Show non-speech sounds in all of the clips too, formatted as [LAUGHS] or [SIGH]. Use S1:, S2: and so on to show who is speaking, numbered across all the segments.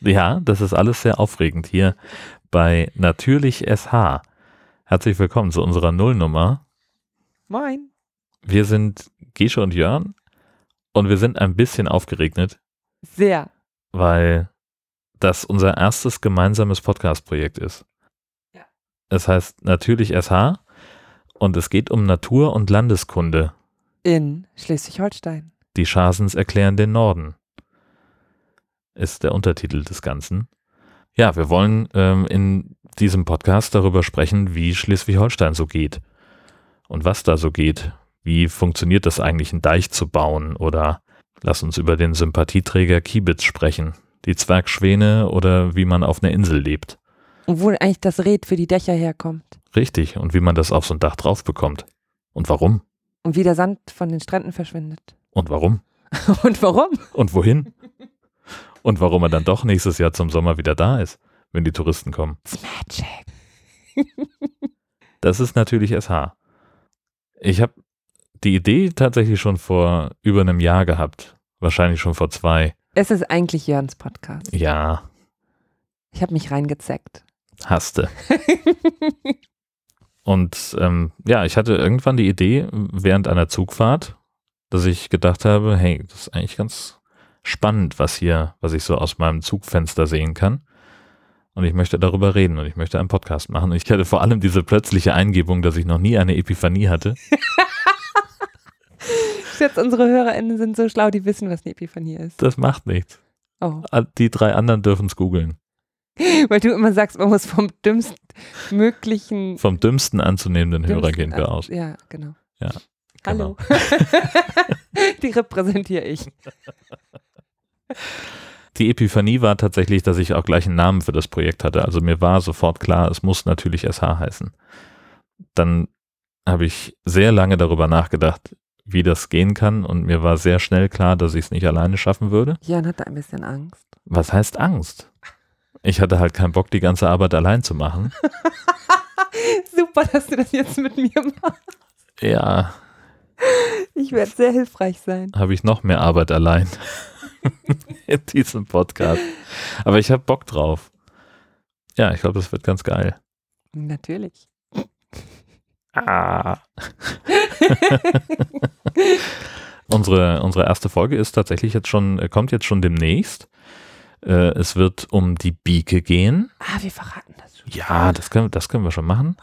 S1: ja, das ist alles sehr aufregend hier bei Natürlich SH. Herzlich willkommen zu unserer Nullnummer.
S2: Moin.
S1: Wir sind Gesche und Jörn und wir sind ein bisschen aufgeregnet,
S2: Sehr.
S1: weil das unser erstes gemeinsames Podcast-Projekt ist.
S2: Ja.
S1: Es heißt Natürlich SH und es geht um Natur- und Landeskunde.
S2: In Schleswig-Holstein.
S1: Die Schasens erklären den Norden. Ist der Untertitel des Ganzen. Ja, wir wollen ähm, in diesem Podcast darüber sprechen, wie Schleswig-Holstein so geht. Und was da so geht. Wie funktioniert das eigentlich, einen Deich zu bauen? Oder lass uns über den Sympathieträger Kiebitz sprechen. Die Zwergschwäne oder wie man auf einer Insel lebt.
S2: Und wo eigentlich das Red für die Dächer herkommt.
S1: Richtig. Und wie man das auf so ein Dach drauf bekommt. Und warum?
S2: Und wie der Sand von den Stränden verschwindet. [LAUGHS]
S1: Und warum?
S2: Und warum?
S1: Und wohin? Und warum er dann doch nächstes Jahr zum Sommer wieder da ist, wenn die Touristen kommen.
S2: It's magic.
S1: Das ist natürlich SH. Ich habe die Idee tatsächlich schon vor über einem Jahr gehabt. Wahrscheinlich schon vor zwei.
S2: Es ist eigentlich Jörns Podcast.
S1: Ja,
S2: Ich habe mich reingezeckt.
S1: hasste. Und ähm, ja, ich hatte irgendwann die Idee während einer Zugfahrt, dass ich gedacht habe, hey, das ist eigentlich ganz spannend, was hier, was ich so aus meinem Zugfenster sehen kann. Und ich möchte darüber reden und ich möchte einen Podcast machen. Und ich hatte vor allem diese plötzliche Eingebung, dass ich noch nie eine Epiphanie hatte.
S2: Jetzt unsere HörerInnen sind so schlau, die wissen, was eine Epiphanie ist.
S1: Das macht nichts.
S2: Oh.
S1: Die drei anderen dürfen es googeln.
S2: Weil du immer sagst, man muss vom dümmstmöglichen.
S1: Vom dümmsten anzunehmenden Hörer
S2: dümmsten
S1: gehen wir
S2: an-
S1: aus.
S2: Ja, genau.
S1: Ja, genau.
S2: Hallo. [LAUGHS] die repräsentiere ich.
S1: Die Epiphanie war tatsächlich, dass ich auch gleich einen Namen für das Projekt hatte. Also mir war sofort klar, es muss natürlich SH heißen. Dann habe ich sehr lange darüber nachgedacht, wie das gehen kann und mir war sehr schnell klar, dass ich es nicht alleine schaffen würde.
S2: Jörn hat da ein bisschen
S1: [LAUGHS]
S2: Angst.
S1: Was heißt Angst? Ich hatte halt keinen Bock, die ganze Arbeit allein zu machen.
S2: Super, dass du das jetzt mit mir machst.
S1: Ja,
S2: Ich werde sehr hilfreich sein.
S1: habe ich noch mehr Arbeit allein [LAUGHS] in diesem Podcast. Aber ich habe Bock drauf. Ja, ich glaube, das wird ganz geil.
S2: Natürlich.
S1: Ah. [LAUGHS] unsere, unsere erste Folge ist tatsächlich jetzt schon, äh, kommt jetzt schon demnächst. Äh, es wird um die Bieke gehen.
S2: Ah, wir verraten das schon.
S1: Ja, das können, das können wir schon machen.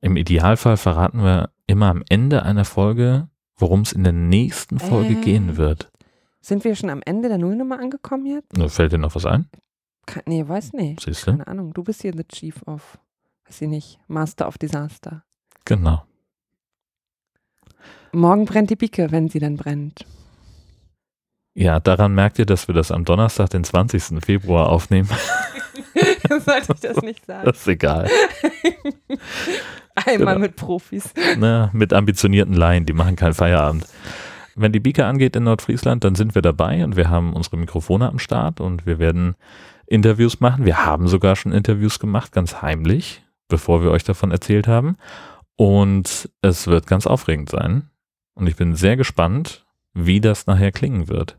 S1: Im Idealfall verraten wir immer am Ende einer Folge, worum es in der nächsten Folge
S2: Ähm.
S1: gehen wird.
S2: Sind wir schon am Ende der Nullnummer angekommen jetzt?
S1: Na, Fällt dir noch was ein?
S2: Ke- nee, weiß nicht.
S1: Siehst du?
S2: Keine Ahnung. Du bist hier the Chief of, weiß ich nicht, Master of Disaster.
S1: Genau.
S2: Morgen brennt die Bieke, wenn sie dann brennt.
S1: Ja, daran merkt ihr, dass wir das am Donnerstag, den 20. Februar aufnehmen.
S2: [LAUGHS] Sollte ich das nicht sagen?
S1: Das [LAUGHS] ist egal.
S2: Einmal
S1: [LAUGHS] Genau.
S2: mit Profis.
S1: Na, Ne, mit ambitionierten Laien, die machen keinen Feierabend. Wenn die Bika angeht in Nordfriesland, dann sind wir dabei und wir haben unsere Mikrofone am Start und wir werden Interviews machen. Wir haben sogar schon Interviews gemacht, ganz heimlich, bevor wir euch davon erzählt haben. Und es wird ganz aufregend sein. Und ich bin sehr gespannt, wie das nachher klingen wird,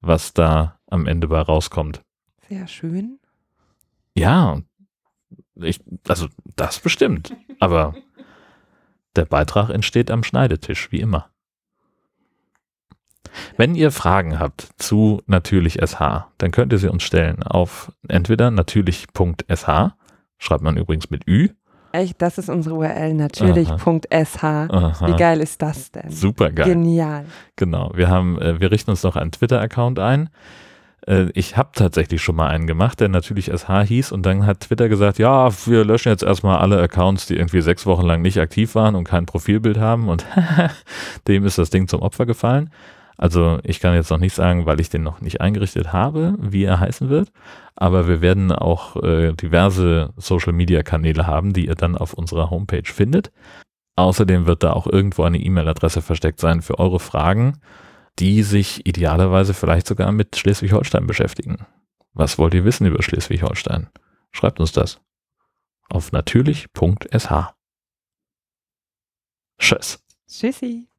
S1: was da am Ende bei rauskommt.
S2: Sehr schön.
S1: Ja, ich, also das bestimmt. Aber der Beitrag entsteht am Schneidetisch, wie immer. Wenn ihr Fragen habt zu natürlich SH, dann könnt ihr sie uns stellen auf entweder natürlich.sh, schreibt man übrigens mit Ü.
S2: Echt, das ist unsere URL natürlich.sh. Wie
S1: Aha,
S2: geil ist das denn?
S1: super geil.
S2: Genial.
S1: Genau, wir haben, äh, wir richten uns noch einen Twitter-Account ein. Äh, ich habe tatsächlich schon mal einen gemacht, der natürlich SH hieß und dann hat Twitter gesagt, ja, wir löschen jetzt erstmal alle Accounts, die irgendwie sechs Wochen lang nicht aktiv waren und kein Profilbild haben und [LAUGHS] dem ist das Ding zum Opfer gefallen. Also ich kann jetzt noch nicht sagen, weil ich den noch nicht eingerichtet habe, wie er heißen wird, aber wir werden auch äh, diverse Social-Media-Kanäle haben, die ihr dann auf unserer Homepage findet. Außerdem wird da auch irgendwo eine E-Mail-Adresse versteckt sein für eure Fragen, die sich idealerweise vielleicht sogar mit Schleswig-Holstein beschäftigen. Was wollt ihr wissen über Schleswig-Holstein? Schreibt uns das auf natürlich.sh. Tschüss.
S2: Tschüssi.